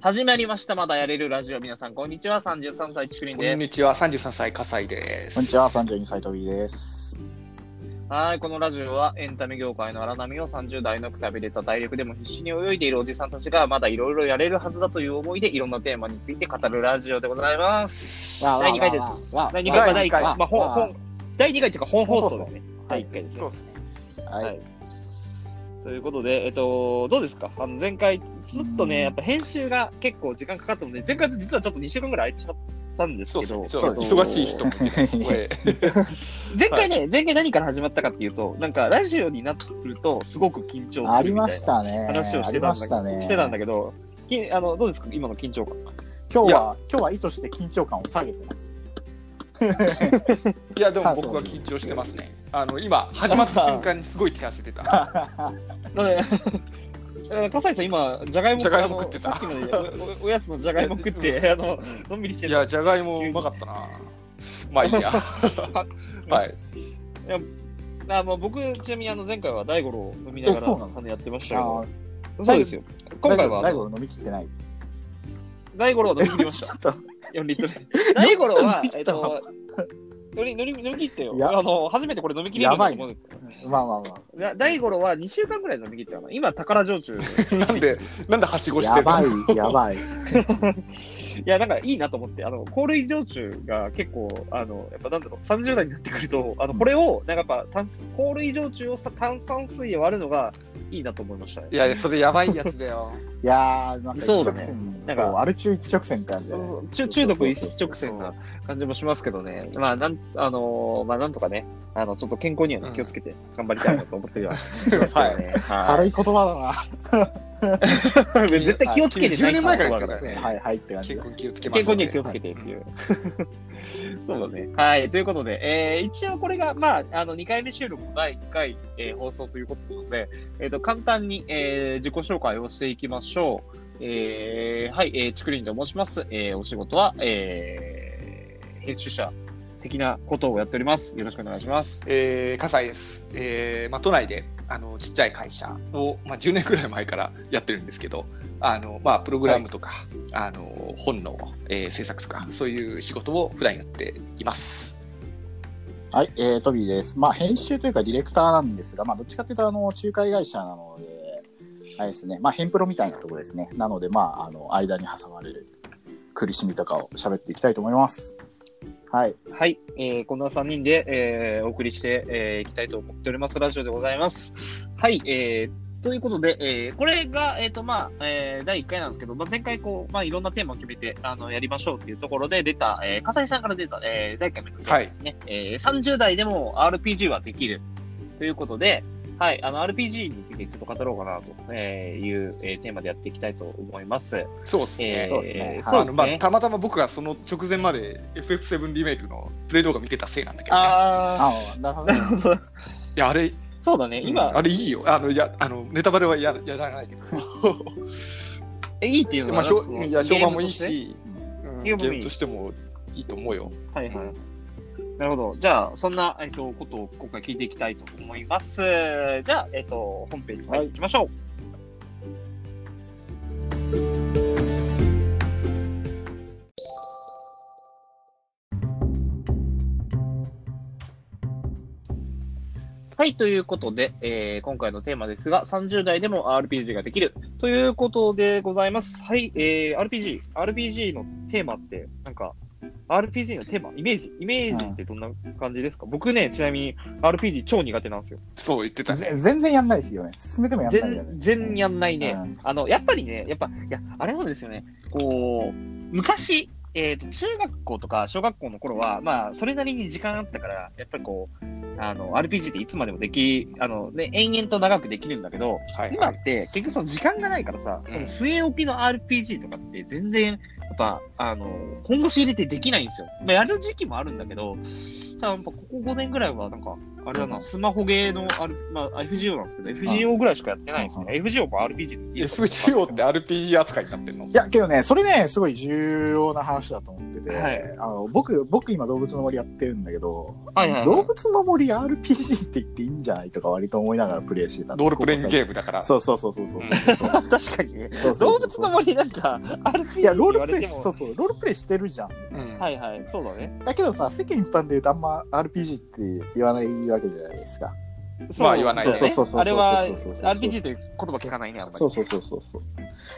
始まりました。まだやれるラジオ。皆さん、こんにちは。33歳、ちくりんこんでにす。ちは、三十三歳笠井です。こんにちは、三十二歳飛びです。はい。このラジオは、エンタメ業界の荒波を30代のくたびれた体力でも必死に泳いでいるおじさんたちが、まだいろいろやれるはずだという思いで、いろんなテーマについて語るラジオでございます。わあわあ第2回です。わあわあ第2回は第1第二回。回まあ、本、わあ本、第2回というか、本放送ですね。は第い1回ですねそう。ですね。はい。はいということで、えっと、どうですかあの前回、ずっとうね、んやっぱ編集が結構時間かかったので、前回実はちょっと2週間ぐらい空いちゃったんですそうけそどう、そうそう忙し い人もいるこれ。前回ね、前回何から始まったかっていうと、なんかラジオになってくると、すごく緊張あすりるみまたいしなたね。話をしあてりたまんだしけど、たね。してたんだけけど、きあのどうですか、今の緊張感。ど。今い日やは、今日は意図して緊張感を下げてます。いや、でも僕は緊張してますね。あの、今、始まった瞬間にすごい手汗出た。 なので 笠井さん、今、じゃがいもじゃがいも食ってあたのさっきのおおおやつのじゃがいも食って、あののんびりしているや、じゃがいもうまかったな。まあいい や。はい。あまあ僕、ちなみにあの前回は大五郎を飲みながえらそうなのあのやってましたけあどー、そうですよ。今回大は悟飲み切ってない。大五郎は飲み切りま した。ちょっ4リット ル。大五郎は飲み、切えっったと、乗り乗り乗り切ってよい。やあの初めてこれ飲み切れるんだと思うんですとまあまあまいや大五郎は2週間ぐらい飲み切ったかな。今、宝焼 酎。いなんで、なんではしごあ。してやるのばい、やばい。や、なんかいいなと思って、あの、香類焼酎が結構、あの、やっぱなんだろう、30代になってくると、あの、これを、なんかやっぱ炭素、香類焼酎をさ炭酸水で割るのがいいなと思いましたね。いやいや、それやばいやつだよ。いやー、なんかそう一だ直ね線。なんそかう、アル中一直線って感じだそうねそう中中毒一直線な感じもしますけどね、まあ、なん、あのーまあ、なんとかね、あの、ちょっと健康にはね、うん気をつけて頑張りたいなと思ってるわ。はい軽はい言葉い。絶対気をつけてない10年前から言ってらただねな。。はい、はいって感じ結だ。婚気をつけます健康にね。は気をつけてっていう。そうだね。はい。ということで、えー一応これが、まあ、あの、2回目収録の第1回、えー放送ということなので、えっ、と、簡単に、えー自己紹介をしていきましょう。えーはい、えー、ちくりんと申します。えーお仕事は、えー編集者的なことをやっております。よろしくお願いします。えー、笠井です、えーまあ、都内であのちっちゃい会社を、まあ、10年ぐらい前からやってるんですけどあの、まあ、プログラムとか、あの本の、えー制作とかそういう仕事を普段やっています。はい、えー、トビーです。まあ、編集というかディレクターなんですが、まあ、どっちかというと、あの、仲介会社なので、あれですね、まあ、ヘンプロみたいなところですね。なので、まあ、あの、間に挟まれる苦しみとかを喋っていきたいと思います。はい、はい、えー、こんな3人で、えーお送りしてい、えーいきたいと思っております、ラジオでございます。はい、えー、ということで、えーこれが、えっ、と、まあ、えー第1回なんですけど、まあ、前回、こう、まあ、いろんなテーマを決めて、あの、やりましょうっていうところで出た、えー、笠井さんから出た、えー第1回目のテーマですね、えー30代でも RPG はできるということで、はい、あの、RPG についてちょっと語ろうかなとえーいう、えーテーマでやっていきたいと思います。そうですね、えーそうですねそうあですのねまあ、たまたま僕がその直前まで FF7 リメイクのプレイ動画見てたせいなんだけど、ね、あああ、なるほー、どなね、るほど。いやあれ そうだね、今うん、あれいいよあのいやあのネタバレはややらないけ ど、えいいっていうのまあ、は、評そのいや評判もいいゲームとてねし、うんゲゲームもいいームとしてもいいと思うよ。はいはい。なるほど。じゃあ、そんな、えっと、ことを今回聞いていきたいと思います。じゃあ、えっと、本編に入っていきましょう。はい、ということで、えー今回のテーマですが、30代でも RPG ができるということでございます。はい、えー RPG、RPG のテーマって、なんか、RPG のテーマ、イメージ、イメージってどんな感じですか、僕ね、ちなみに RPG 超苦手なんですよ。そう言ってたね。ぜ全然やんないですよね。進めてもやんないよね。全然やんないね。うんあの、やっぱりね、やっぱ、いや、あれなんですよね。こう、昔、えーと、中学校とか小学校の頃は、まあ、それなりに時間あったから、やっぱりこう、あの、RPG っていつまでもでき、あの、ね、延々と長くできるんだけど、はい今はっい、て結局その時間がないからさ、うんその据え置きの RPG とかって全然やっぱあの本腰入れてできないんですよ。まあ、やる時期もあるんだけど、ただやっぱここ5年ぐらいはなんかあれだうな、んスマホゲーの、あるまあ、FGO なんですけど、FGO ぐらいしかやってないんですね。FGO も RPG って言えば FGO って RPG 扱いになってんのいや、けどね、それね、すごい重要な話だと思ってて、はいあの僕、僕今動物の森やってるんだけど、はい はいはい動物の森 RPG って言っていいんじゃないとか割と思いながらプレイしてた。ロールプレイングゲームだから。そうそうそうそうそうそうそう。確かにねそうそうそう動物の森なんか、RPG いや、ロ言ールわプレれイてし、もそうそう、ロールプレイしてるじゃん。うんはいはい、そうだね。だけどさ、世間一般で言うとあんま RPG って言わないわけじゃないですか。まあ言わないそようねそうそうそう。あれは、そうそうそうそう RPG という言葉聞かないね、あんまり。そうそうそうそうそう。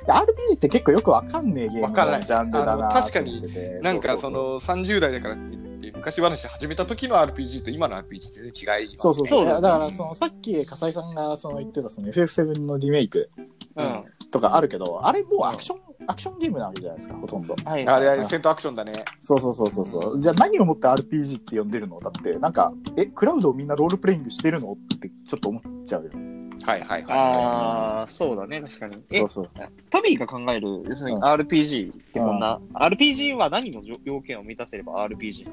で RPG って結構よくわかんねえゲームわからなのいジャンルだなあの確かにと思っててなんかそううの30代だからって言って昔話始めた時の RPG と今の RPG 全然違いますねそうそうそそうう。いだやねだから、その、さっき、笠井さんが、その、言ってた、その、FF7 のリメイクうん。はとかあるけど、あれもうアクション、アクションゲームなわけじゃないですか、ほとんど。いはい。あれあれ戦闘アクションだねそうそうそうそうそう。じゃあ、何をもって RPG って呼んでるのだって、なんか、え、クラウドをみんなロールプレイングしてるのって、ちょっと思っちゃうよ。はいはいはああ、そうだね、確かに。えそう、そう。トビーが考える、要するにうん RPG ってこんな、RPG は何の要件を満たせれば RPG?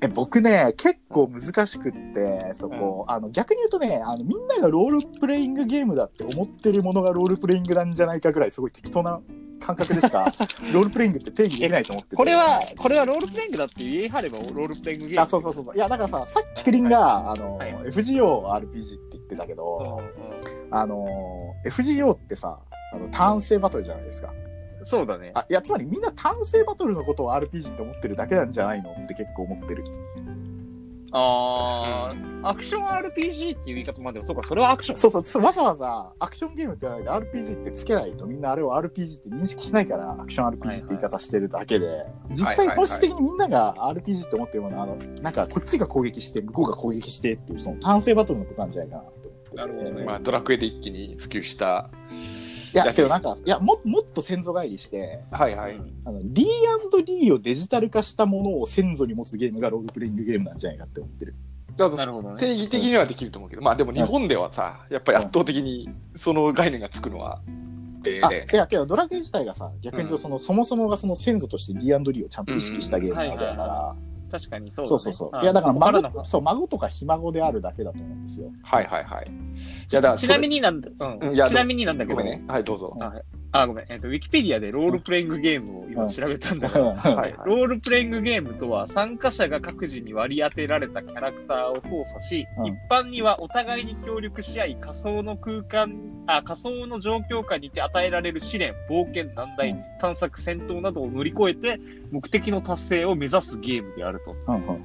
え、僕ね、結構難しくって、そこ、あの、逆に言うとね、あの、みんながロールプレイングゲームだって思ってるものがロールプレイングなんじゃないかぐらい、すごい適当な感覚で しか、ロールプレイングって定義できないと思ってて。これは、これはロールプレイングだって言い張ればロールプレイングゲーム。あそうそうそうそういやだからささっき竹林が、あのはい FGORPG って言ってたけど、うあの FGO ってさあの単性バトルじゃないですかん。そうだね。あいやつまりみんな単性バトルのことを RPG って思ってるだけなんじゃないのって結構思ってるああ、アクション RPG っていう言い方までも、そうか、それはアクション。そうそうつわざわざアクションゲームって言わないで RPG ってつけないとみんなあれを RPG って認識しないからアクション RPG って言い方してるだけで、実はい際はい本質的にみんなが RPG って思ってるものはあのなんかこっちが攻撃して向こうが攻撃してっていうその単性バトルのことなんじゃないかなと思っててなるほどねいまあドラクエで一気に普及したいや、けどなんか、いや、ももっと先祖返りして、はいははいあの D&D をデジタル化したものを先祖に持つゲームがロールプレイングゲームなんじゃないかって思ってる。だかならるほどね。定義的にはできると思うけどまあでも日本ではさやっぱり圧倒的にその概念がつくのはえあ、いーや、けどドラクエ自体がさ、逆に言うとその、そもそもがその先祖として D&D をちゃんと意識したゲームなわけだうんうんはいから、確かにそうだね。そうそうそう。んいや、だからそこの孫、そう、孫とかひ孫であるだけだと思うんですよ。はいはいはいいやだからちなみにになんだ、ううんん、いやちなみになんだけごど、めんねはいどうぞあ、ごめん、えっ、と、ウィキペディアでロールプレイングゲームを今調べたんだけど、はいはいロールプレイングゲームとは、参加者が各自に割り当てられたキャラクターを操作し、うん一般にはお互いに協力し合い、仮想の空間、あ、仮想の状況下にて与えられる試練、冒険、難題、うん探索、戦闘などを乗り越えて、目的の達成を目指すゲームであると。うんうんうん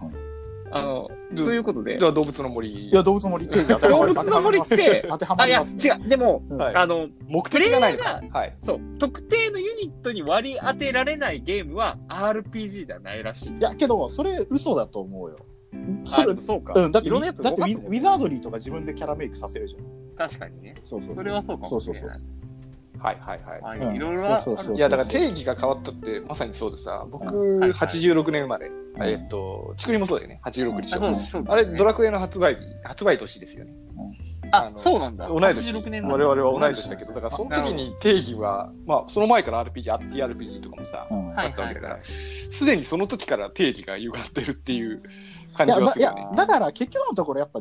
あの、どということでじ、ゃあ動物の森いや、動物の森って、動物の森って当てはまあ、いりや、 ますね。違う、でも、うん。はいあの、目的がないのプかはいそう、特定のユニットに割り当てられないゲームは RPG ではないらしい。いや、けど、それ嘘だと思うよ。そあ、でれも、そうか。うん、だって、いろんなやつだってウ動かすィもんねウィザードリーとか自分でキャラメイクさせるじゃん。確かにね。そうそううそれはそうかもしれない。はいはいはいあうんいろいろあそうそうそういやだから定義が変わったってまさにそうでさ僕んはいはい86年生まれ、んえっと竹林もそうだよね86でしあょ、そうそうあれドララクエの発売日発売年ですよねああ、のそうなんだ。同い年86年我々は同い年だけどだからその時なるに定義はまあその前から RPG あって RPG とかもさうんはいあったわけだからすでにその時から定義が歪ってるっていう感いやじはだすいるよやねだから結局のところやっぱ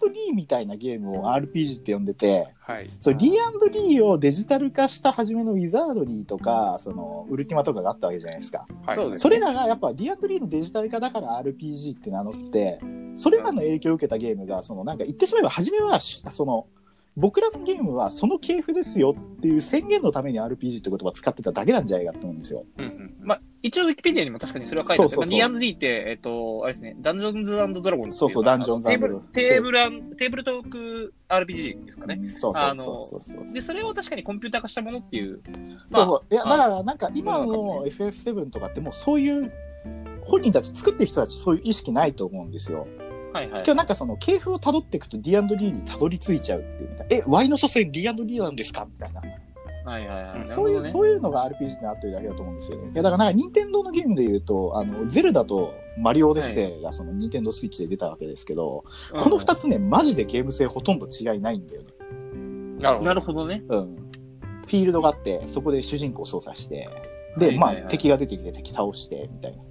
D&D みたいなゲームを RPG って呼んでてはいそう D&D をデジタル化した初めのウィザードリーとかそのウルティマとかがあったわけじゃないですかはいそうですそれらがやっぱ D&D のデジタル化だから RPG って名乗ってそれらの影響を受けたゲームがそのなんか言ってしまえば初めはしその僕らのゲームはその系譜ですよっていう宣言のために RPG って言葉を使ってただけなんじゃないかと思うんですよ。うんうんまあ、一応、ウィキペディアにも確かにそれは書いてある。そうそうそうまあ D&D って、えっと、あれですね、ダンジョンズドラゴンズっていそうそうダンジョンズテーブル、テテーーブブルアン、テーブルトーク RPG ですかね。そうそうそうそうそう。で、それを確かにコンピューター化したものっていう。まそあうそう。いや、うんだから、なんか今世のの FF7 とかってもうそういう、本人たち作ってる人たちそういう意識ないと思うんですよ。はいはい今。日なんかその系譜を辿っていくと D&D に辿り着いちゃうっていうみたいな。え、Y の祖先 D&D なんですかみたいな。はいはいはい。そうなるほいう、どねそういうのが RPG になってるだけだと思うんですよね。いや、だからなんか任天堂のゲームで言うと、あの、ゼルダとマリオオデッセイがその任天堂スイッチで出たわけですけど、この二つね、マジでゲーム性ほとんど違いないんだよね。なるうんなほどるほどね。うん、フィールドがあってそこで主人公を操作してで、はいはいはいまあ、敵が出てきて敵倒してみたいな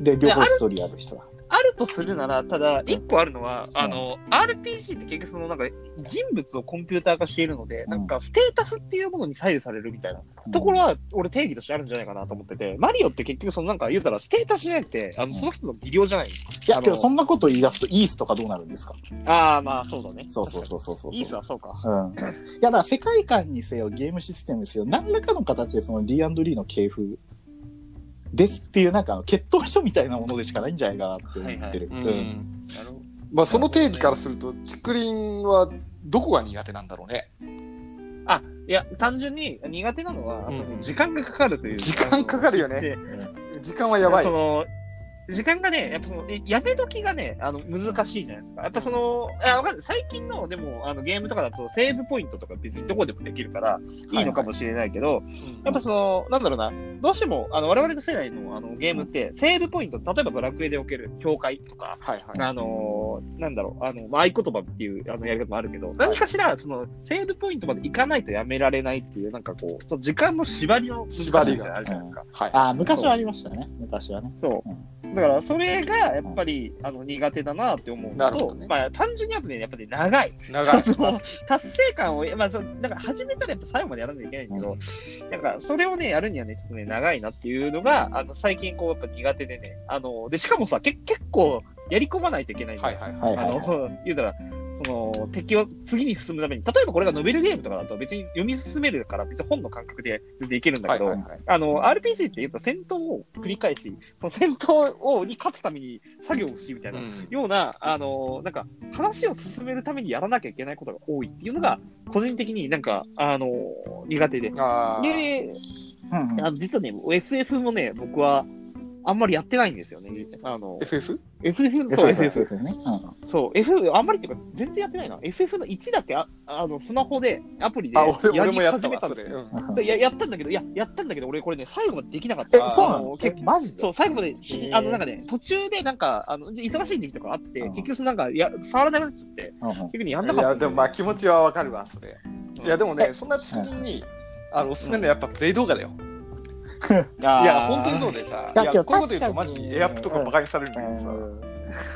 で両であ方るストーリーある人がるとするなら、ただ、一個あるのは、あの、RPG って結局その、なんか、人物をコンピューター化しているので、んなんか、ステータスっていうものに左右されるみたいなところは、俺定義としてあるんじゃないかなと思ってて、マリオって結局、そのなんか、言うたら、ステータスじゃなくて、あうの、んその人の技量じゃない。いや、あのけどそんなこと言い出すと、イースとかどうなるんですかああ、まあ、そうだね。そうそうそうそうそう。イースはそうか。うん、いやだから世界観にせよゲームシステムにせよ何らかの形でその D&D の系譜ですっていうなんか決闘書みたいなものでしかないんじゃないかなって思ってる、ううんんまあ、その定義からすると、竹林はどこが苦手なんだろうね。あ、いや、単純に苦手なのは、うんやっぱその時間がかかるという。時間かかるよねで時間はやばいそ。の時間がね、やっぱその、えやめ時がね、あの、難しいじゃないですか。やっぱその、あ、わかんない。最近の、でも、あの、ゲームとかだと、セーブポイントとか別にどこでもできるから、いいのかもしれないけど、やっぱその、なんだろうな、どうしても、あの、我々の世代の、あの、ゲームって、セーブポイント、例えばドラクエでおける境界とか、はいはい。あのーなんだろう、あの、まあ、合言葉っていうあのやり方もあるけど、何かしら、その、セーブポイントまで行かないとやめられないっていう、なんかこう、ちょっと時間の縛りの難しさみたいなのあるじゃないですか。はい。ああ昔はありましたね昔はねそう。だから、それがやっぱり、あの苦手だなって思うなるのほと、どねまあ、単純にあとね、やっぱり長い。 長い。達成感を、まあ、そうなんか始めたらやっぱ最後までやらなきゃいけないんだけど、なんか、それをね、やるにはね、ちょっとね、長いなっていうのが、あの最近、こう、やっぱ苦手でね、あの、で、しかもさ、け結構、やり込まないといけないじゃはないいですかはいはい。はいはあい、はい、の、 言うたら、その、敵を次に進むために、例えばこれがノベルゲームとかだと別に読み進めるから、別に本の感覚で全然いけるんだはけいど、はいはい。あの、RPG って言うと戦闘を繰り返し、その戦闘をに勝つために作業をし、みたいな、うんような、あの、なんか、話を進めるためにやらなきゃいけないことが多いっていうのが、個人的になんか、あの、苦手で。あーで、うんうんあの実はね、SF もね、僕は、あんまりやってないんですよね。あの、 FF? FF、そう、 FF FF。ね、そう、F、あんまりっていうか、全然やってないな。FF の1だけあ、あの、スマホで、アプリであ、俺俺りもやった始めわ、たんそだれ。うんうんでややったんだけど、いや、やったんだけど、俺これね、最後までできなかっえた。そうなあのえ結マジでそう、最後までし、へーあの、なんかね、途中でなんか、あの、忙しい時期とかあって、うん結局そのなんか、や、触らなくなっちゃって、うんうん結局ね、やんないかや、ったんだでよもね。まあ気持ちはわかるわ、それ。うんいや、でもね、そんな竹林に、あの、おすすめのやっぱプレイ動画だよ。いや、本当にそうで。でさ、いだや、けどこういうこと言うと確かマにジエアップとか馬鹿にされるんだけどさ。うん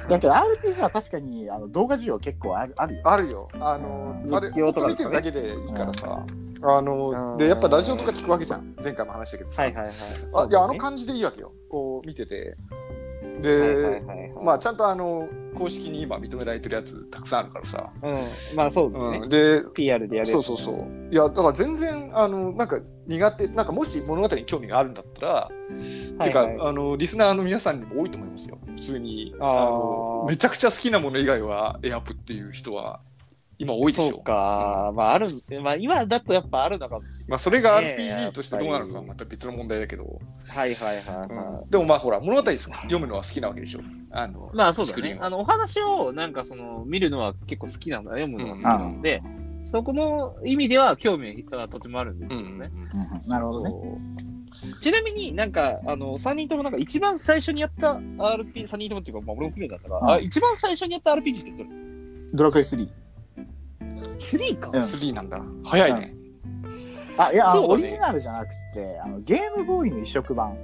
だけど RPG は確かにあの動画需要結構あるあるよあるよ。あの、あれ、実況と本当か見ですてかるねだけでいいからさ。あうの、んで、やっぱラジオとか聞くわけじゃん。前回も話したけどさ。はいはいはい。あいや、あの感感じでいいわけよ。こう見てて。じはいではい、はいはいまあ、ちゃんとあの、公式に今認められてるやつたくさんあるからさ。うん、まあそうですね。うん、で、 PR でやる。そうそうそう。いや、だから全然、あの、なんか苦手、なんかもし物語に興味があるんだったら、はいはいてか、あの、リスナーの皆さんにも多いと思いますよ。普通に。ああーのめちゃくちゃ好きなもの以外は、エアプっていう人は、今多いでしそょう。か、まあある、まあ今だとやっぱあるのかもしれない。まあ、それがねえやっぱ RPG りとしてどうなるかはまた別の問題だけど、はいはいはい、うんはでもまあほら物語読むのは好きなわけでしょあのい。まあそうスだクリーねン。はあの、お話をなんかその、見るのは結構好きなんだ、読むのが好きなので、そこの意味では興味がとてもあるんですうけんどね。うんうんなるほどねちなみになんか、あの、3人ともなんか一番最初にやった RP、3人ともっていうか、まあ俺も含めだったから、あうん一番最初にやった RPG ってどれドラクエ3 ?3 か、うん3なんだ早いね、あいやあの、そうだオねリジナルじゃなくてあのゲームボーイの移植版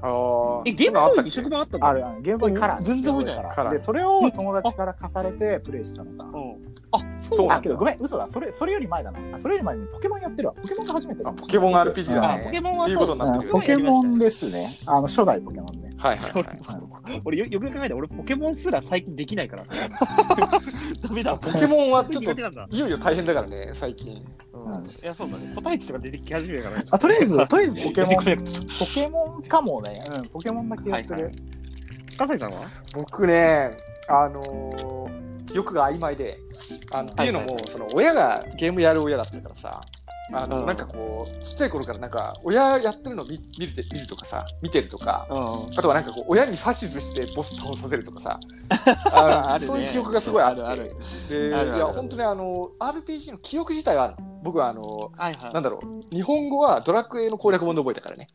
あえ、ゲームボーイにに色版あったのあるあのゲームボーイカラー全然覚えてないゲームボーカイカラーラーでそれを友達から貸されてプレイしたのかうん。あ、そうそうななんあんけどごめん嘘だそれそれより前だなあそれより前にポケモンやってるわポケモンが初めてだあポケモン RPG だ。だあねポケモンはっていそううことになってるうんよポねケモンですねあの初代ポケモンねはいはい はい俺よ、よくよく考えたら俺ポケモンすら最近でき ないから。ダメだ。ポケモンはちょっ苦と手なんだ。いよいよ大変だからね最近うん。いや、そうだね。答え値とか出てき始めるからね。あとりあえずとりあえずポケモン出てこなくちょっポケモンかもね、うん、ポケモンな気がする、はいはと笠井さんは僕ねあのー記憶が曖昧であの、はいっていうのもその親がゲームやる親だったからさあの、うんなんかこうちっちゃい頃からなんか親やってるの見見るて見るとかさ見てるとかうん。あとはなんかこう親に指図してボス倒させると かさあのあるねそういう記憶がすごいあってあるあるであるあるいや本当にあの RPG の記憶自体はあるの僕はあのはいはい。なんだろう日本語はドラクエの攻略本で覚えたからね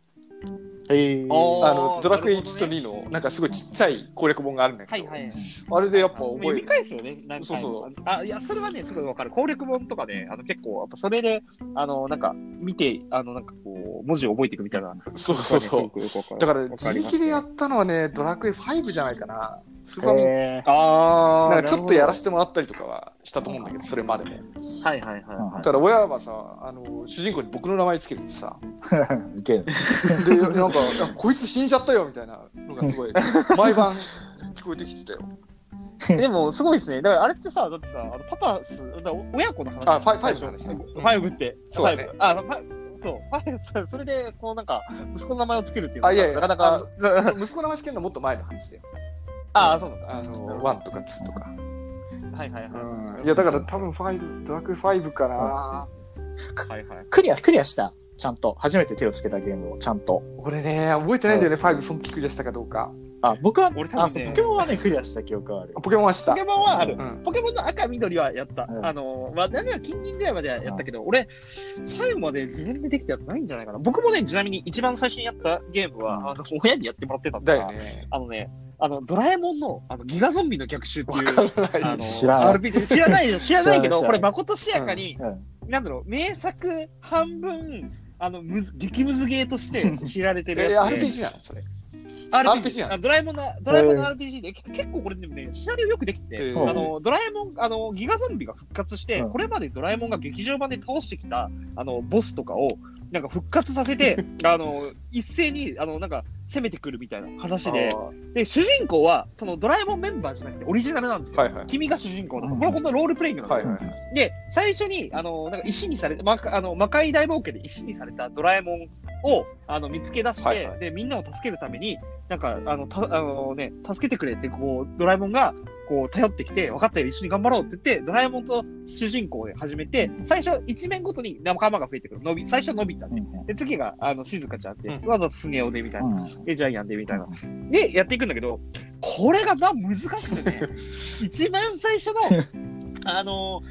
えおーあのドラクエなるほ1どとね2のなんかすごいちっちゃい攻略本があるんだはけいど、はい。あれでやっぱ覚読えみ返すよね、なんか。そうそあ、いや、それはね、すごいわかる。攻略本とかね、あの、結構、やっぱそれで、あの、なんか、見て、あの、なんかこう、文字を覚えていくみたいな。そうそうそう。う。だから自力でやったのはね、ドラクエ5じゃないかな。スーファミ、えあなんかちょっとやらせて。てもらったりとかはしたと思うんだけど、それまでも。はいはいはいはうんい。ただ親はさ、あの主人公に僕の名前つけてさ、ー、いける。で、なんか、いやこいつ死んじゃったよみたいなのがすごい、毎晩聞こえてきてたよ。でも、すごいですね。だから、あれってさ、だってさ、あのパパス、だから親子の話。あファイファイブの話ねファイブって。そうだねファイブあ、ファイブそう。ファイブそう、それで、こう、なんか、息子の名前をつけるっていうのがあいやいやなかなか、 息子の名前つけるのはもっと前の話で、 ああ、そうなんだ。あの1とか2とか。はいはいはい。うんいやだから多分ファイブドラクエ5かな、はいはい。クリア、クリアした。ちゃんと。初めて手をつけたゲームを、ちゃんと。俺ね覚えてないんだよね、5その時クリアしたかどうかあ、僕は、俺多分あ、そうねポケモンはね、クリアした記憶はあるあ。ポケモンはしたポケモンはある。うんポケモンの赤、緑はやった。うんあの、まあ、なんなら近隣ぐらいまではやったけど、俺、最後まで自分でできたやつないんじゃないかな。僕もね、ちなみに一番最初にやったゲームは、うんあの親にやってもらってたんだだよねあのね、あの、ドラえもんの、あの、ギガゾンビの逆襲っていう、あの、 知らん RPG、知らないよ、知らないけど、 知らないこれ、まことしやかに、うん。なんだろう、名作半分、あの、むず激ムズゲーと して知られてる えやつで。 RPG なのそれ RPG なのあドラえもんの、ドラえもんの RPG で、け結構これでもね、シナリオよくできて、えーあの、ドラえもん、あの、ギガゾンビが復活して、うんこれまでドラえもんが劇場版で倒してきた、あの、ボスとかを、なんか復活させて、 あの、一斉に、あの、なんか、攻めてくるみたいな話で、で、主人公は、そのドラえもんメンバーじゃなくて、オリジナルなんですよ。はいはい君が主人公だと。うんこれは本当にロールプレイングなんですはよいはいはいで、最初に、あの、なんか石にされて、ま、あの、魔界大冒険で石にされたドラえもんを、あの、見つけ出して、はいはいで、みんなを助けるために、なんか、あの、た、あのね、助けてくれって、こう、ドラえもんが、こう、頼ってきて、分かったよ、一緒に頑張ろうって言って、ドラえもんと主人公で始めて、最初、一面ごとに仲間が増えてくる。のび、最初のびたうね。んで、次が、あの、静香ちゃんで、うんわざスネ夫でみたいな。うん。で、ジャイアンでみたいな。で、やっていくんだけど、これがまあ難しくてね、一番最初の、あの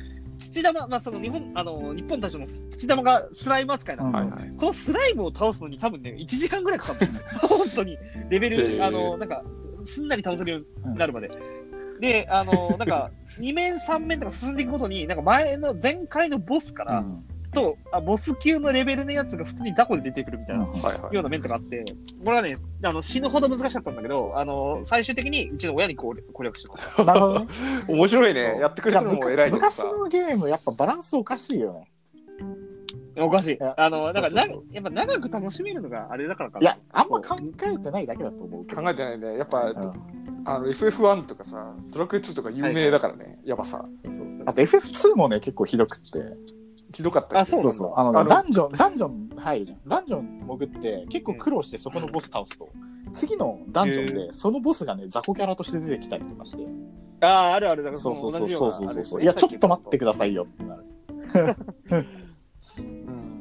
土玉、まあ、その日本、あの日本たちの土玉がスライム扱いなの、はいはいこのスライムを倒すのに多分ね、1時間ぐらいかかったの本当に、レベル、へーあのなんか、すんなり倒せるようになるまで。で、あのなんか、2面、3面とか進んでいくごとに、なんか前の、前回のボスから、と、あボス級のレベルのやつが普通に雑魚で出てくるみたいな。はいはいような面とかあって、これはね、あの死ぬほど難しかったんだけど、あの最終的にうちの親に攻略攻略してもらっなるほど ね。面白いねやってくれたのも偉いけど昔さのゲーム、やっぱバランスおかしいよね。た。おかしい。やあの、なんかなそうそうそうやっぱ長く楽しめるのがあれだからかな。いや、あんまそ考うえてないだけだと思うけど。考えてないねやっぱ、うんあの FF1 とかさドラクエ2とか有名だからね、やばさあと FF2 もね、結構ひどくって。ひどかったよあそうなんだあのねあのダンジョン、ダンジョン入るじゃん。ダンジョン潜って、結構苦労してそこのボス倒すと、次のダンジョンで、そのボスがね、雑魚キャラとして出てきたりとかして。ああ、あるあるだからそうそのうそ同うじよそううなそうあそう。れいや、ちょっと待ってください。いよってなる。うん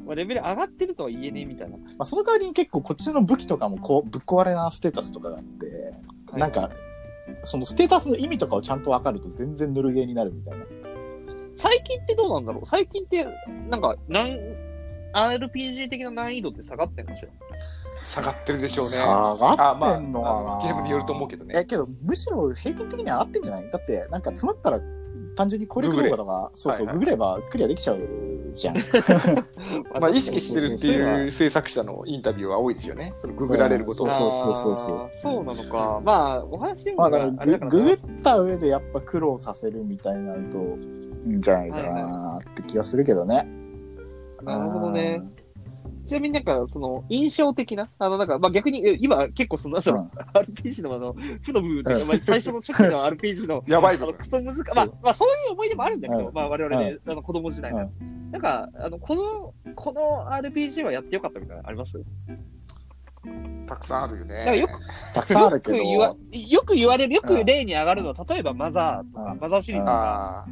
まあ、レベル上がってるとは言えねえみたいな。まあ、その代わりに結構こっちの武器とかもこう、ぶっ壊れなステータスとかがあって、なんか、そのステータスの意味とかをちゃんと分かると全然ぬるゲーになるみたいな。最近ってどうなんだろう最近って、なんか、なん、RPG 的な難易度って下がってんのかしら下がってるでしょうね下があってんのかな、まああのゲームによると思うけどねえけどむしろ平均的には上がってんじゃないだってなんか詰まったら単純に攻略動画とかそうそはいう、はいググればクリアできちゃう じゃんまあ、意識してるっていう制作者のインタビューは多いですよね。そのググられることを。そうそうそうそうあーそうなのか。まあ、お話にまもあなだあかれらだかグらなグった上でやっぱ苦労させるみたいになるといいんじゃないかなって気がするけどね、なるほどね。ちなみになんか、その、印象的な、あの、なんか、まあ逆に、え今、結構その、なんだうろんう、RPG のあの、負の部分っていうか、まあ最初の初期の RPG の、やばいあ部の、分ク。ソ難しい、そうまあ、まあそういう思い出もあるんだけど、うんまあ我々ね、あの、子供時代の。なんか、あの、この、この RPG はやってよかったみたいなのありますたくさんあるよいやね。よくたくさんある けよく言わど、よく言われる、ようくん例に上がるのは、例えばマザーとかう、んマザーシリーズとか、ああ。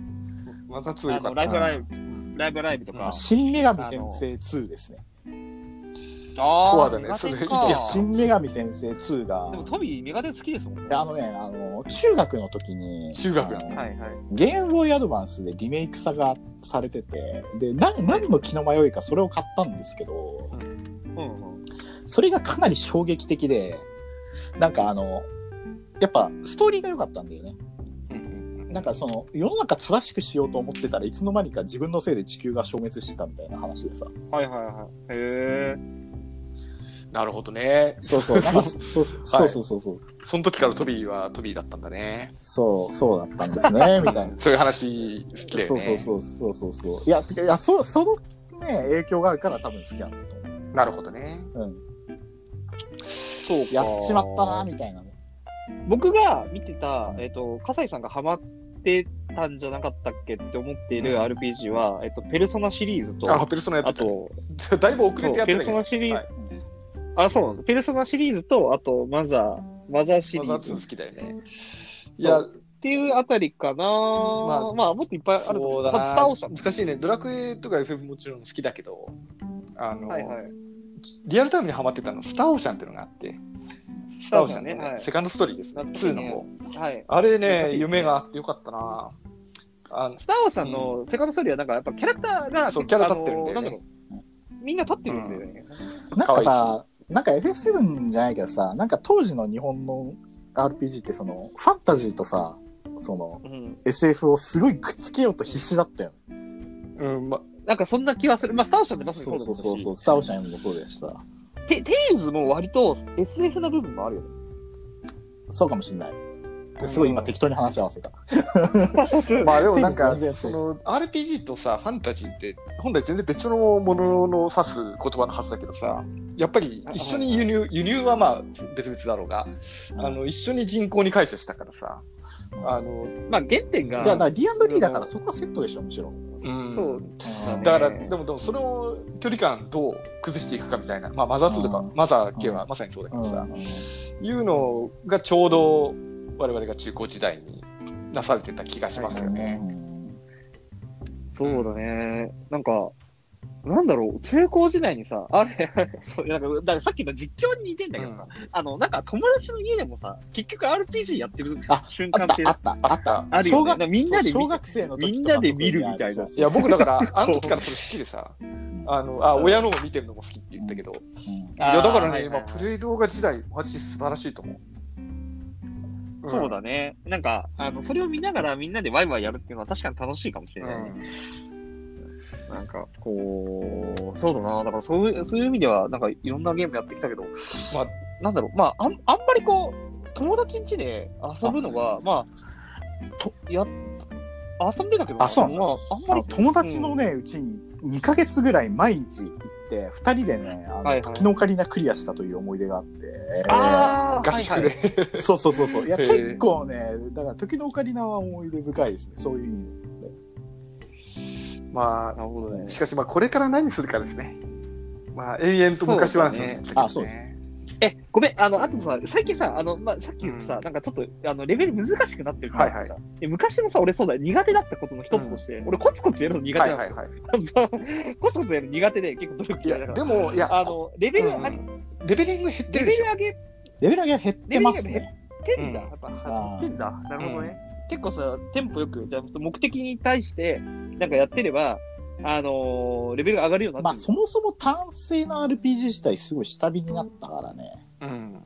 マザー2あよかの、っラたイな。ブライブ、ライブライブとか。新女神転生2ですねあコあアだねメガテンそれかいいや新女神転生2がでもトビー、メガテン好きですもんね。であのねあの中学の時に中学のあのはいはい。ゲームボーイアドバンスでリメイクさがされててでな何の気の迷いかそれを買ったんですけどうんうん。それがかなり衝撃的でなんかあのやっぱストーリーが良かったんだよねなんかその世の中正しくしようと思ってたらいつの間にか自分のせいで地球が消滅してたみたいな話でさはいはいはい。へえ。なるほどね。そうそう、なんか、そうそうそうそうそう、その時からトビーはトビーだったんだね。そう、そうだったんですね、みたいな。そういう話好きだよそうね。そうそうそうそうそう。いや、てかいやそそのね、影響があるから多分好きなんだと思なるほどね。う。うん。そうかやっちまったな、みたいなね。僕が見てた、えっ、と、笠井さんがハマってたんじゃなかったっけって思っているうん RPG は、えっ、と、ペルソナシリーズと、あ、あペルソナやってたねと、だいぶ遅れそうてやってペルたけソどナ。シリーズ、はいあ、そうなんだ。ペルソナシリーズと、あと、マザー、マザーシリマザーズー2好っきだよね。いや、ていうあたりかな、まあ、もっといっぱいあると思。そううだまずスター・オーシャな。ン。難しいね。ドラクエとか FF もちろん好きだけど、あの、はいはい。リアルタイムにハマってたの、スターオーシャンっていうのがあって、スターオーシャンの、ねスターオーシャンねはいセカンドストーリーですね、懐かし2いのね方。はい。あれ懐かね、しい夢があってよかったな。あのスター・オーシャンのセカンドストーリーは、なんかやっぱキャラクターが、そうキャラ立ってるんだよねあのなんだろうみんな立ってるんだよね。なんか可さ、なんか FF7 じゃないけどさ、なんか当時の日本の RPG ってその、ファンタジーとさ、その、うん。 SF をすごいくっつけようと必死だったよね。う ん、ま、なんかそんな気はする。まあ、スター・オーシャンってまさにそそううだそとうそうそ思う、スターオーシャンもそうだしさ。う。テテイルズも割と SF な部分もあるよね。そうかもしんない。すごい今適当に話し合わせた。まあでもなんテかニス全然、その RPG とさ、ファンタジーって、本来全然別のものの指す言葉のはずだけどさ、やっぱり一緒に輸入、輸入はまあ別々だろうが、あの、一緒に人口に解釈したからさ、あの、 まあ、原点いや、だかが、ら D&D だからそこはセットでしょ、むしろ。そうだねだから、でも、でもそれを距離感どう崩していくかみたいな、まあ、マザー2とかうん、マザー系はまさにそうだけうんどさ、いうのがちょうど我々が中高時代になされてた気がしますよね。そうだね。なんか、なんだろう、中高時代にさ、あれ、 そうなんか、だからさっきの実況に似てんだけどさ、あの、なんか友達の家でもさ、結局 RPG やってるあ瞬あ間っってた、あった、あっあた。あるよね小学なんかみんなで見そう小学生の時みんなで見るみたいなそうそうそういや、僕だ から、あの時からそれ好きでさ、あの、あ、うん親のを見てるのも好きって言ったけど、いうんや、だからあーね、今、プレイ動画時代、マジ素晴らしいと思う。んそう。だね。なんか、あの、それを見ながらみんなでワイワイやるっていうのは確かに楽しいかもしうれないね。んなんか、こう、そうだな。だからそういう、そういう意味では、なんかいろんなゲームやってきたけど、まあなんだろう、まあ、あんあんまりこう、友達ん家で遊ぶのが、まあ、とや、遊んでたけど、あそうなんだまあ、あんあまのり、友達のね、うちに2ヶ月ぐらい毎日行って、2人でね、あのはいはい時のオカリナクリアしたという思い出があって。ああ、合宿はいはいで。そうそうそうそう。いや、へえ結構ね、だから時のオカリナは思い出深いですね、そういう意味で。まなるほどねあ、し。かし、まあ、これから何するかですね。まあ、永遠と昔話そうだをねするあそうですね。え、ごめん、あの、あとさ、最近さ、あの、まあ、さっき言ってさ、うんなんかちょっと、あの、レベル難しくなってるはいはいいで昔のさ、俺そうだ、苦手だったことの一つとして、俺コツコツやるの苦手はないんではすいよ。はい。コツコツやるの苦手で、結構努力い嫌いや、だから。でも、いや、あの、レベル上げ、うんレベリング減っレてベるでルしょ。上げレベル上げは減ってますレベル上げね。てんだ。うんやっぱ、あー減ってんだ。なるほどね。結構さ、テンポよく、じゃあ目的に対して、なんかやってれば、あのーレベルが上がるようにまなあ、ってる。そもそも単性の RPG 自体すごい下火になったからね。うん。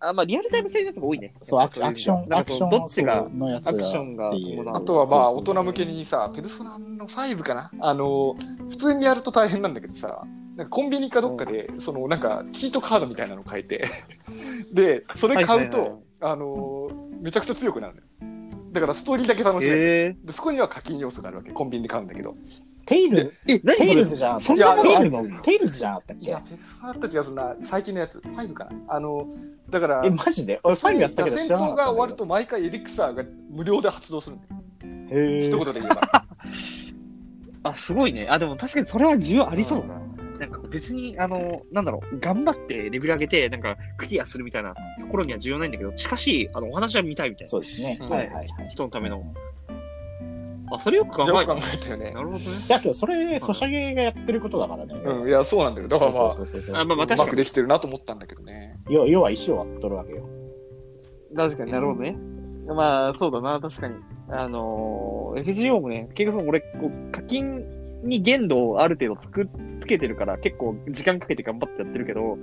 あ、まあ、リアルタイム性のやつが多いね。そう、アクい意ア味クシではョン、なアんかクそシのョンどっちが、のやつが。アクションがっていう伴うあとはまあそう大そう人向けにさ、ペルソナの5かなあの、普通にやると大変なんだけどさ、なんかコンビニかどっかで、そのなんかチートカードみたいなの買えて、 で、それ買うはいはいはいと、あの、めちゃくちゃ強くなるのよ。だからストーリーだけ楽しめる。えでそこには課金要素があるわけ、コンビニで買うんだけど。テイルズ、え、何そテれイルズじゃん。そんなものテあイるルのズ、テイルズじゃなかったっいけや、ペルソナだった気がするな、最近のやつ、5かなあの、だからえ、、マジで俺、ファイルやったけど知戦らなか闘ったんだけど。が終わると毎回エリクサーが無料で発動するのよへ一ー、言で言えば。あ、すごいね。あ、でも確かにそれは需要ありそうだな。なんか別に、あの、なんだろう、頑張ってレベル上げて、なんかクリアするみたいなところには需要ないんだけど、しかし、あの、お話は見たいみたいそうですね。うんはいはいな。は人のための。あ、それよく考よえくた考ね。えたよねな。るほどね。い。だけど、それ、ソシャゲがやってることだからね。うん、いや、そうなんだよ。だからまあ、そうそうそうそうあ、まあまあう確まかくに。できてるなと思ったんだけどね。要要は石を割っとるわけよ。確かになるほどね。まあ、そうだな、確かに。あのー、FGO もね、結局その俺、こう、課金に限度をある程度つく、つけてるから、結構時間かけて頑張ってやってるけど、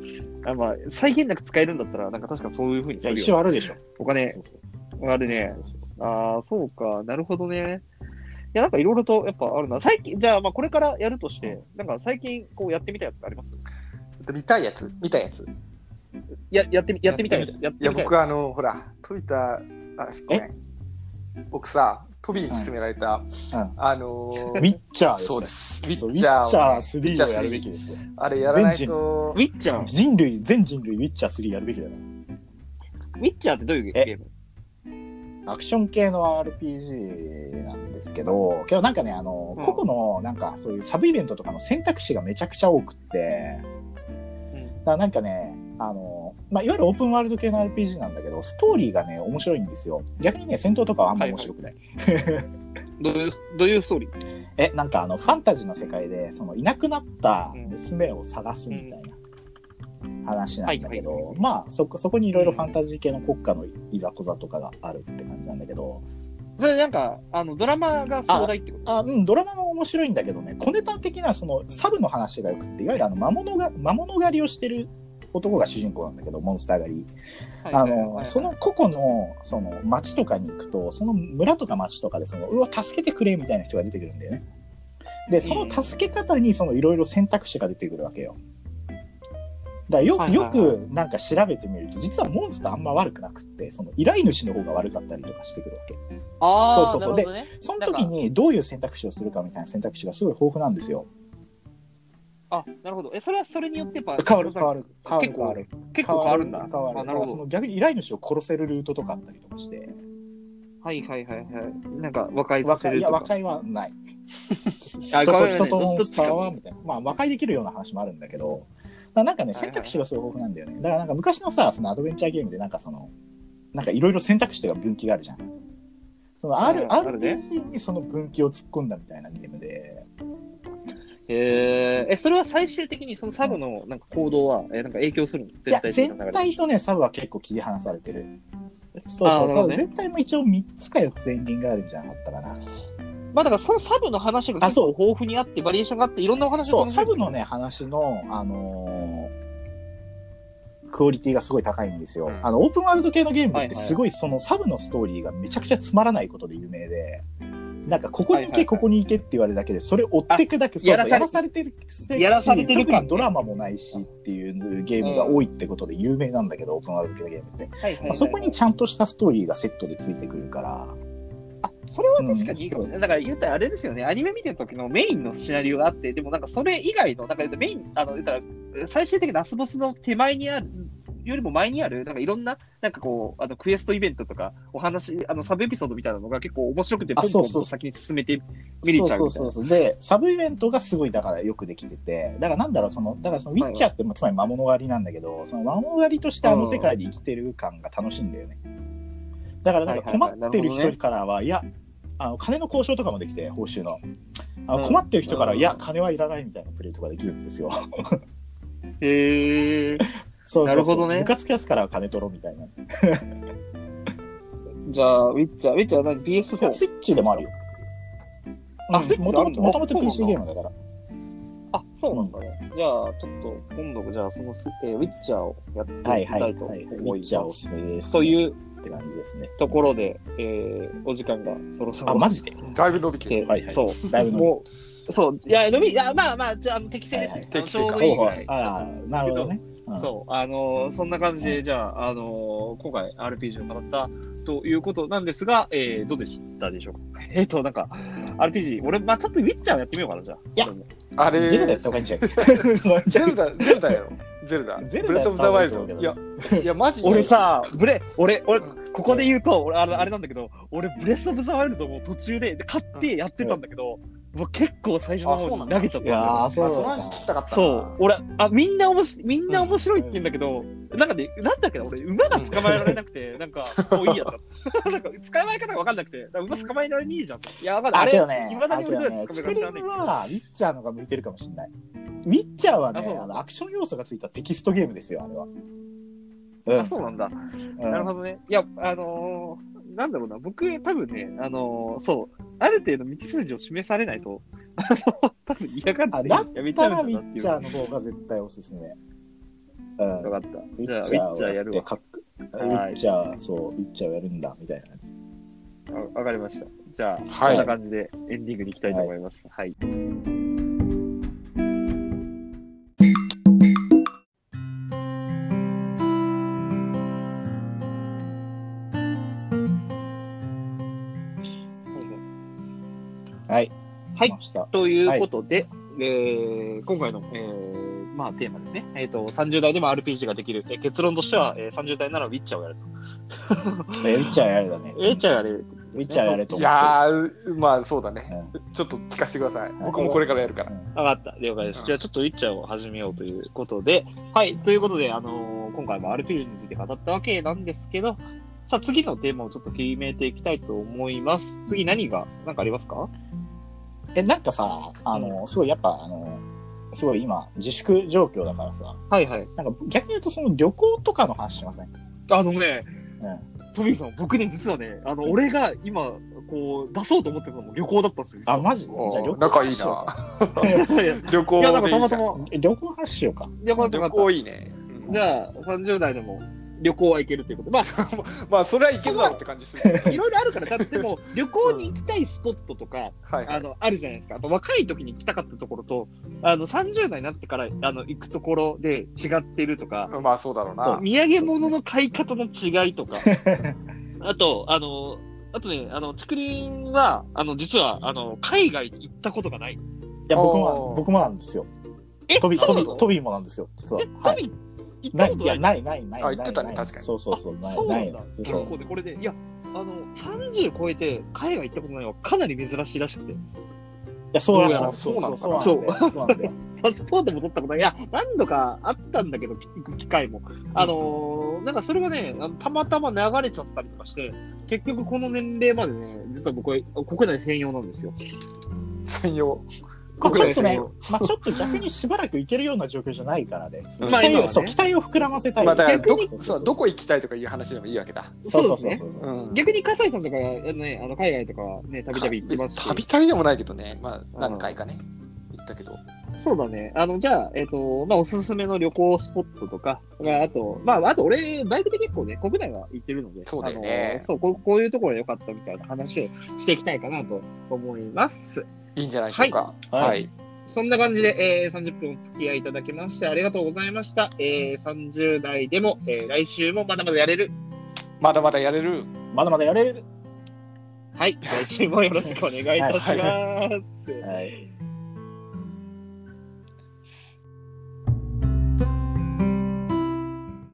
あまあ、際限なく使えるんだったら、なんか確かそういうふうにいすや、る石よ。割るでしょ。お金、そうそうあるねそ。うそうそうああ、そうか。なるほどね。いや、なんかいろいろとやっぱあるな。最近、じゃあ、まあこれからやるとして、なんか最近こうやってみたやつあります見たいやつ見たいやつや、やってみ、やってみたいややっつ。やっいてやみたい。僕あのほら飛びたあごめん僕さ飛びに勧められた、うんあのーウィッチャーです、ね。そうですウィそう。ウッィッチチャャーをー3をやるべきですよ。あれやらないとウィッチャー、人類、全人類、ウィッチャー3やるべきだよ。ウィッチャーってどういうゲームアクション系の RPG なんですけど、けどなんかね、あの、うん個々のなんかそういうサブイベントとかの選択肢がめちゃくちゃ多くって、うんだからなんかね、あの、まあ、いわゆるオープンワールド系の RPG なんだけど、ストーリーがね、面白いんですよ。逆にね、戦闘とかはあんま面白くない。どういう、どういうストーリーえ、なんかあの、ファンタジーの世界で、その、いなくなった娘を探すみたいな話なんだけど、はいはいまあ、そこ、そこにいろいろファンタジー系の国家のいざこざとかがあるって感じなんだけど、それなんか、あの、ドラマが壮大ってことあうん、ドラマも面白いんだけどね小ネタ的なその猿の話がよくっていわゆるあの魔物が魔物狩りをしてる男が主人公なんだけどモンスター狩り、はいはいあはいのはいその個々のその町とかに行くとその村とか町とかでそのうわ助けてくれみたいな人が出てくるんだよねでその助け方にそのいろいろ選択肢が出てくるわけよだからよ,、はいはいはいよくなんか調べてみると実はモンスターあんま悪くなくってその依頼主の方が悪かったりとかしてくるわけあー、そうそうそうなるほどねその時にどういう選択肢をするかみたいな選択肢がすごい豊富なんですよ。あ、なるほど。え、それはそれによってやっぱ、変わる変わる変わる結構変わる結構変わるんだ。変わるあ、なるだほからどそ。の逆に依頼主を殺せるルートとかあったりとかしてはいはいはいはい。なんか和解さ和せ解るいやと和か。解はな いあ人和解はとない人とモンスターどはっちかみたいなまあ和解できるような話もあるんだけどななんかねはいはい選択肢がすごい豊富なんだよねだからなんか昔のさそのアドベンチャーゲームでなんかそのなんかいろいろ選択肢とか分岐があるじゃんその R うんあるね RPG にその分岐を突っ込んだみたいなゲームでえー、え、それは最終的にそのサブのなんか行動は、えーなんか影響するのいや全体的な全流れで。体とねサブは結構切り離されてるそうあそーう、なるたほどだね全体も一応3つか4つエンディングがあるんじゃなかったかなまあだからそのサブの話が結構豊富にあって、バリエーションがあって、いろんなお話がそう楽しめサるブのね話のあのークオリティがすごい高いんですよ、うんあのオープンワールド系のゲームはいっはていすごいそのサブのストーリーがめちゃくちゃつまらないことで有名でなんかここにはいは行いはけいここに行けって言われるだけでそれ追ってくだけそうそうやらされてるやらされてる感ね特にドラマもないしっていうゲームが多いってことで有名なんだけど、オープンワールド系のゲームってはいはいまあ、そこにちゃんとしたストーリーがセットでついてくるから、あ、それは確かにいいかもしれない。だから言ったらあれですよね、アニメ見てる時のメインのシナリオがあって、でもなんかそれ以外の、なんか言うとメイン、あの、言ったら最終的なラスボスの手前にある、よりも前にある、なんかいろんな、なんかこう、あの、クエストイベントとか、お話、あの、サブエピソードみたいなのが結構面白くて、ポあンポンそうそとう先に進めて見れちゃうみそうたいそなう。そうそうでサブイベントがすごいだからよくできててだからなんだろうそのだからそのウィッチャーって、まあつまり魔物狩りなんだけどその魔物狩りとしてあの世界で生きてる感が楽しいんだよねだからなんかはいはい困はいってるなるほどね人からは、いやあの金の交渉とかもできて報酬のあうんの困ってる人から、うんいや金はいらないみたいなプレーとかできるんですよそうへえ。そうそうなるほどねムカつくやつからは金取ろうみたいなじゃあ、ウィッチャー、ウィッチャーは何 ?PS4? スイッチでもあるよあうんスイッチもであとるもんだともともとあそ PC うなんだゲームだからあ、そうなんだね。じゃあ、ちょっと、今度、じゃあ、そのス、えーウィッチャーをやってみたはいいはい、はいとはい。ウィ思いッチャーまおす。すすめです、とういうって感じですね。ところで、えーお時間がそろそろ。あ、マジでだいぶ伸びてでるはいはいそう。だいぶ伸びもう、そう。いや、飲み、いや、まあまあ、じゃあ、あの適正ですね。はいはい適正かちょうどいいぐらい。あーなるほどね。うんそう、あのーそんな感じで、じゃあ、あのー今回 RPG を語ったということなんですが、えーどうでしたでしょうか えっと、なんか、RPG、俺、まあちょっとウィッチャーをやってみようかな、じゃあ。いや俺もあれゼルダやった方がいいんじゃないゼルダゼルダやろゼルダゼルブダやった方がいいレス・オブ・ザ・ワイルと思ドういけどやいやマジで俺さ、ブレ、俺、俺う、ここで言うと、俺、あれあれなんだけど、俺、ブレス・オブ・ザ・ワイルドも途中で、で買ってやってたんだけど、もう結構最初のあそう方なんにだ投げちゃったんいだよねやー、そうあそのだ話聞きたかったなそう、俺、あ、みんなおもし、みんな面白いって言うんだけど、なんかね、なんだっけな、俺、馬が捕まえられなく て、なんか、もういいやった。 なんか、捕まえ方が分かんなくて、なんか馬捕まえられねえじゃん。いや、ま だああ、けれど、ね、いまだに俺あどうけどやっね、てチ捕まえるクリか知らないンは、ウィッチャーの方が向いてるかもしれない。ウィッチャーはねあそう、あのアクション要素がついたテキストゲームですよ、あれは。うんあ、そうなんだ。うんなるほどね。いや、あのーなんだろうな、僕、多分ね、あのーそう、ある程度道筋を示されないと、 あの、多分嫌があって、だっやめちたゃら、ウうんィだなってッいチャーう。の方が絶対おすすめ。うん。分かった。じゃあ、ウィッをチャーやるってわ。かっこウはいィッチャー、そう、ウィッチャーをやるんだ、みたいな。あわかりました。じゃあ、はいこんな感じでエンディングに行きたいと思います。はい。きました。ということで、えー今回の、えーまあ、テーマですね、えーと、30代でも RPG ができる、えー結論としては、えー30代ならウィッチャーをやると。えーウィッチャーやれだね。ウィッチャーやれる。ウィッチャーやれとい思ってやー、まあそうだね。ちょっと聞かせてください。僕もこれからやるから。分かった、了解です。うんじゃあ、ちょっとウィッチャーを始めようということで、はい、ということで、あのー今回も RPG について語ったわけなんですけど、さあ、次のテーマをちょっと決めていきたいと思います。次、何が、何かありますかうんえ、なんかさ、あの、すごいやっぱ、あの、すごい今、自粛状況だからさ、はいはい。なんか逆に言うとその旅行とかの話しませんあのね、うん。トビーさん、僕ね、実はね、あの、俺が今、こう、出そうと思ってたのも旅行だったんですよ。実はあ、マジじゃあ旅おー行の仲い話いしよ いな。やいや旅行いでや、なんかたいいまじゃたんまう。。え旅行の話しようか。旅行旅旅行行いいね。じゃあ、30代でも旅行は行けるということ。まあ、まあそれはいけるだろうって感じす る。いろいろあるから、だってもう旅行に行きたいスポットとか、はいはあい。の、あるじゃないですか。やっぱ若い時に行きたかったところと、あの、30代になってから、あの、行くところで違ってるとか、まあそうだろうそなう。土産物の買い方の違いと か、あと、あの、あとね、あの、竹林は、あの、実は、あの、海外に行ったことがない。いや、僕もお、ー僕もなんですよ。え、トビ、そトうなビの、トビもなんですよ、実は。え、はトいビ、行っなたいこいとやない。ないないないあない言ってたね確かにそうそうそうなあいそうななんいだ。結そう構ね、これで、いや、あの、30超えて海外行ったことないのはかなり珍しいらしくて、いやそうなどうやのらそうそうそそうなうなんだよそうなんだよパスポートも取ったことない。いや、何度かあったんだけど、き行く機会も。あのーなんかそれがね、あのたまたま流れちゃったりとかして、結局この年齢までね、実は僕は国内専用なんですよ。専用。まあ国ちょ内っと専ね用。、まあちょっと逆にしばらくいけるような状況じゃないからで、まあ期待今を、はねそう期待を膨らませたい。まあだからどそうそうそうそうどこ行きたいとかいう話でもいいわけだ。そうそそううそうですそう。うん逆に葛西さんとか、あのね、あの海外とかはね、たびたび行ってますしたびたびでもないけどね、まあ、何回かね、行ったけど、そうだね。あの、じゃあ、えっ、と、まあ、おすすめの旅行スポットとか、まあ、あと、まあ、あと俺、バイクで結構ね、国内は行ってるので、そうだよねあのそうこう、こういうところが良かったみたいな話をしていきたいかなと思います。いいんじゃないでしょうか。はいはい。そんな感じで、えー30分お付き合いいただきまして、ありがとうございました。えー30代でも、えー来週もまだまだやれる。まだまだやれる。まだまだやれる。はい、来週もよろしくお願いいたします。はい。